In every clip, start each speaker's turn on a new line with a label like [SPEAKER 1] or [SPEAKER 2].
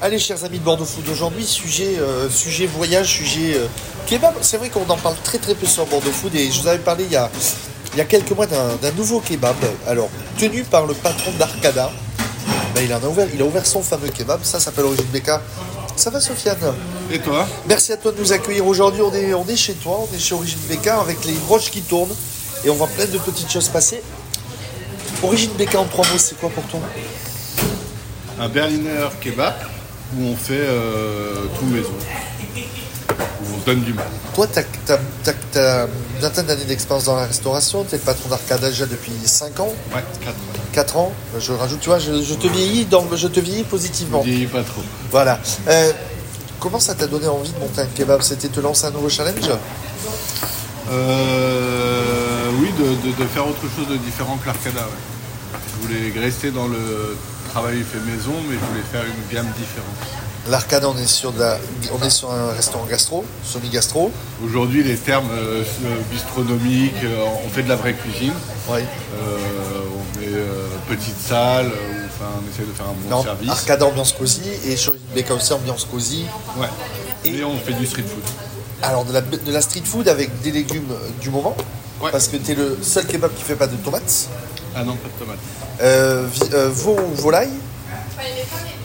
[SPEAKER 1] Allez, chers amis de Bordeaux Food, aujourd'hui, sujet, euh, sujet voyage, sujet euh, kebab. C'est vrai qu'on en parle très très peu sur Bordeaux Food et je vous avais parlé il y a, il y a quelques mois d'un d'un nouveau kebab. Alors, tenu par le patron d'Arcada, Ben, il, en a ouvert, il a ouvert son fameux kebab. Ça s'appelle Origine Beka. Ça va, Sofiane
[SPEAKER 2] Et toi
[SPEAKER 1] Merci à toi de nous accueillir aujourd'hui. On est, on est chez toi, on est chez Origine Beka avec les roches qui tournent et on voit plein de petites choses passer. Origine Beka en trois mots, c'est quoi pour toi
[SPEAKER 2] Un Berliner kebab où on fait euh, tout maison. Où on se donne du mal.
[SPEAKER 1] Toi, tu as, une vingtaine d'années d'expérience dans la restauration, tu es le patron d'Arcada déjà depuis 5 ans,
[SPEAKER 2] Ouais, 4.
[SPEAKER 1] 4 ans, je rajoute, tu vois, je, je te vieillis dans, je te vieillis positivement.
[SPEAKER 2] Vieillis pas trop.
[SPEAKER 1] Voilà. Euh, comment ça t'a donné envie de monter un kebab C'était te lancer un nouveau challenge
[SPEAKER 2] Euh, oui, de, de- de faire autre chose de différent que l'arcada. ouais. Je voulais rester dans le travail fait maison, mais je voulais faire une gamme différente.
[SPEAKER 1] L'Arcada, on, est sur de la- on est sur un restaurant gastro, semi-gastro.
[SPEAKER 2] Aujourd'hui, les termes euh, bistronomiques, euh, on fait de la vraie cuisine.
[SPEAKER 1] Ouais.
[SPEAKER 2] Euh, on est euh, petite salle, où, enfin, on essaie de faire un bon
[SPEAKER 1] Non,
[SPEAKER 2] service.
[SPEAKER 1] Arcada ambiance cosy et Shorin Beka aussi ambiance cosy.
[SPEAKER 2] Ouais.
[SPEAKER 1] Et-
[SPEAKER 2] Et on fait du street food.
[SPEAKER 1] Alors de la, de la street food avec des légumes du moment,
[SPEAKER 2] Ouais.
[SPEAKER 1] parce que t'es le seul kebab qui fait pas de tomates.
[SPEAKER 2] Ah non, pas de tomates.
[SPEAKER 1] Euh, vi- euh, veau ou volaille.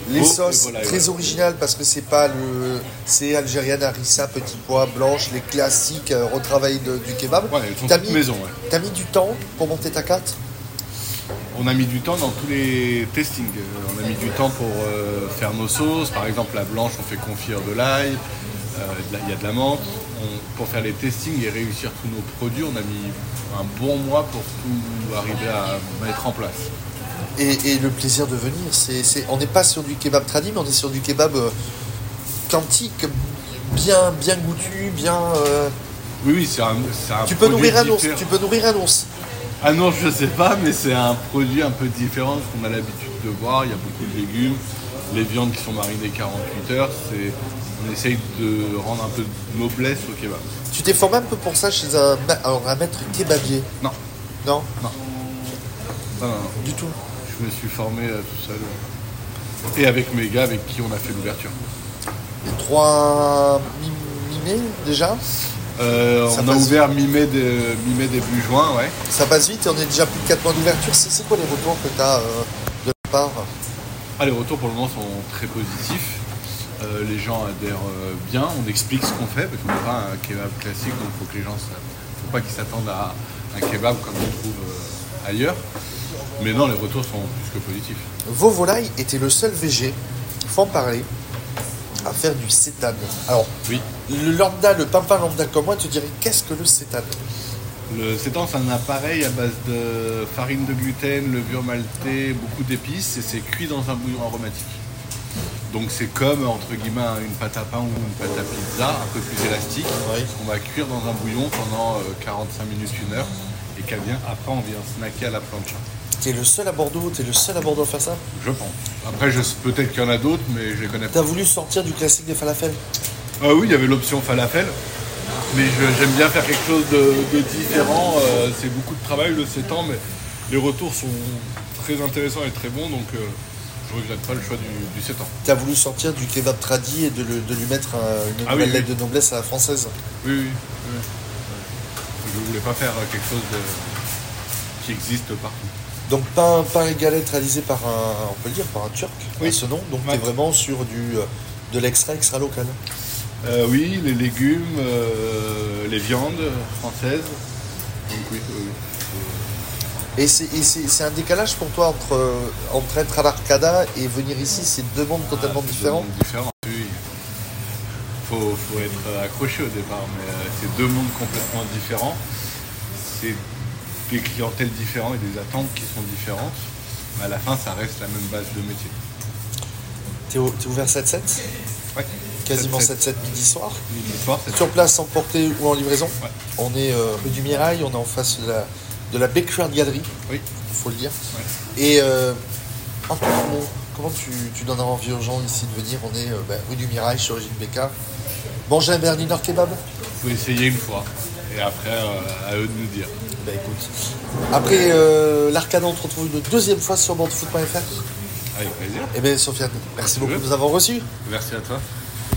[SPEAKER 1] Les
[SPEAKER 2] Veau et
[SPEAKER 1] sauces
[SPEAKER 2] volaille,
[SPEAKER 1] très
[SPEAKER 2] ouais.
[SPEAKER 1] originales parce que c'est pas le c'est algérienne harissa petit pois blanche les classiques euh, retravaillés de- du kebab.
[SPEAKER 2] Ouais, elles sont
[SPEAKER 1] T'as
[SPEAKER 2] toutes
[SPEAKER 1] mis-
[SPEAKER 2] maison, ouais.
[SPEAKER 1] T'as mis du temps pour monter ta carte.
[SPEAKER 2] On a mis du temps dans tous les testings. Euh, On a mis du temps pour euh, faire nos sauces. Par exemple, la blanche, on fait confire de l'ail. euh, de la- Il y a de la menthe. On- pour faire les testings et réussir tous nos produits, on a mis un bon mois pour tout arriver à mettre en place.
[SPEAKER 1] Et, et le plaisir de venir, c'est, c'est- on n'est pas sur du kebab tradi, mais on est sur du kebab euh, quantique, bien, bien goûtu, bien. euh,
[SPEAKER 2] Oui, oui, c'est un, c'est un
[SPEAKER 1] tu peux
[SPEAKER 2] produit
[SPEAKER 1] nourrir un ours.
[SPEAKER 2] différent.
[SPEAKER 1] Tu peux nourrir un ours.
[SPEAKER 2] Ah non, je sais pas, mais c'est un produit un peu différent de ce qu'on a l'habitude de voir. Il y a beaucoup de légumes, les viandes qui sont marinées 48 heures. C'est, on essaye de rendre un peu de noblesse au kebab.
[SPEAKER 1] Tu t'es formé un peu pour ça chez un, ma- alors, un maître kebabier
[SPEAKER 2] Non,
[SPEAKER 1] Non,
[SPEAKER 2] non, non, non.
[SPEAKER 1] du tout.
[SPEAKER 2] Je me suis formé euh, tout seul. euh, Et avec mes gars avec qui on a fait l'ouverture.
[SPEAKER 1] Les 3 mi-mai déjà.
[SPEAKER 2] Euh,
[SPEAKER 1] Ça
[SPEAKER 2] on a
[SPEAKER 1] passe.
[SPEAKER 2] ouvert mi-mai, de- mi-mai début juin, ouais.
[SPEAKER 1] Ça passe vite et on est déjà plus de 4 mois d'ouverture. C'est, c'est quoi les retours que tu as de la part
[SPEAKER 2] Ah, les retours pour le moment sont très positifs. Euh, les gens adhèrent euh, bien, on explique ce qu'on fait, parce qu'on n'est pas un kebab classique, donc il faut que les gens ne faut pas qu'ils s'attendent à un kebab comme on trouve euh, ailleurs. Mais non, les retours sont plus que positifs.
[SPEAKER 1] Vos volailles étaient le seul VG, faut en parler, à faire du cétane. Alors,
[SPEAKER 2] Oui.
[SPEAKER 1] le lambda, le pimpin lambda comme moi te dirait qu'est-ce que le cétane
[SPEAKER 2] Le sédan, c'est un appareil à base de farine de gluten, levure maltée, beaucoup d'épices, et c'est cuit dans un bouillon aromatique. Donc c'est comme, entre guillemets, une pâte à pain ou une pâte à pizza, un peu plus élastique,
[SPEAKER 1] Oui.
[SPEAKER 2] qu'on va cuire dans un bouillon pendant euh, 45 minutes, une heure, et qu'elle vient, après on vient snacker à la plancha.
[SPEAKER 1] T'es le seul à Bordeaux, t'es le seul à Bordeaux à faire ça
[SPEAKER 2] Je pense. Après, je, peut-être qu'il y en a d'autres, mais je les connais pas.
[SPEAKER 1] T'as voulu sortir du classique des falafels
[SPEAKER 2] Ah oui, il y avait l'option falafel, mais je- j'aime bien faire quelque chose de, de différent. euh, c'est beaucoup de travail le 7 ans, mais les retours sont très intéressants et très bons, donc euh, je regrette pas le choix du, du 7 ans.
[SPEAKER 1] T'as voulu sortir du kebab tradi et de, le- de lui mettre euh, une
[SPEAKER 2] Ah
[SPEAKER 1] nouvelle
[SPEAKER 2] oui,
[SPEAKER 1] lettre de noblesse à la française.
[SPEAKER 2] Oui, oui, oui. Je voulais pas faire quelque chose de- qui existe partout.
[SPEAKER 1] Donc pain, pain et galette réalisé par un, on peut le dire, par un turc,
[SPEAKER 2] Oui.
[SPEAKER 1] à ce nom. Donc t'es
[SPEAKER 2] Ouais.
[SPEAKER 1] vraiment sur du, euh, de l'extra extra local.
[SPEAKER 2] Euh, oui, les légumes, euh, les viandes françaises. Donc oui, oui, oui.
[SPEAKER 1] Et c'est et c'est- c'est un décalage pour toi entre, euh, entre être à l'arcada et venir ici, c'est deux mondes totalement
[SPEAKER 2] Ah, c'est
[SPEAKER 1] différents.
[SPEAKER 2] deux mondes différents, oui. Faut, faut être accroché au départ, mais euh, c'est deux mondes complètement différents. C'est des clientèles différentes et des attentes qui sont différentes. Mais à la fin, ça reste la même base de métier.
[SPEAKER 1] T'es au- t'es ouvert 7-7,
[SPEAKER 2] Ouais.
[SPEAKER 1] quasiment
[SPEAKER 2] 7-7,
[SPEAKER 1] 7-7 midi soir.
[SPEAKER 2] midi soir, 7-7.
[SPEAKER 1] Sur place, en portée ou en livraison.
[SPEAKER 2] Ouais.
[SPEAKER 1] On est euh, rue du Mirail, on est en face de la, de la Bakery and Gallery,
[SPEAKER 2] Oui.
[SPEAKER 1] faut le dire.
[SPEAKER 2] Ouais.
[SPEAKER 1] Et euh, en quelques mots, comment tu, tu donneras envie aux gens ici de venir On est euh, ben, rue du Mirail, chez Origine Becca. Manger un Berliner Kebab
[SPEAKER 2] Faut essayer une fois. Et après, euh, à eux de nous dire.
[SPEAKER 1] Ben écoute. Après euh, l'Arcade, on te retrouve une deuxième fois sur bordefoot.fr.
[SPEAKER 2] Avec plaisir.
[SPEAKER 1] Eh bien, Sofiane, merci beaucoup
[SPEAKER 2] Oui.
[SPEAKER 1] de nous avoir reçus.
[SPEAKER 2] Merci à toi.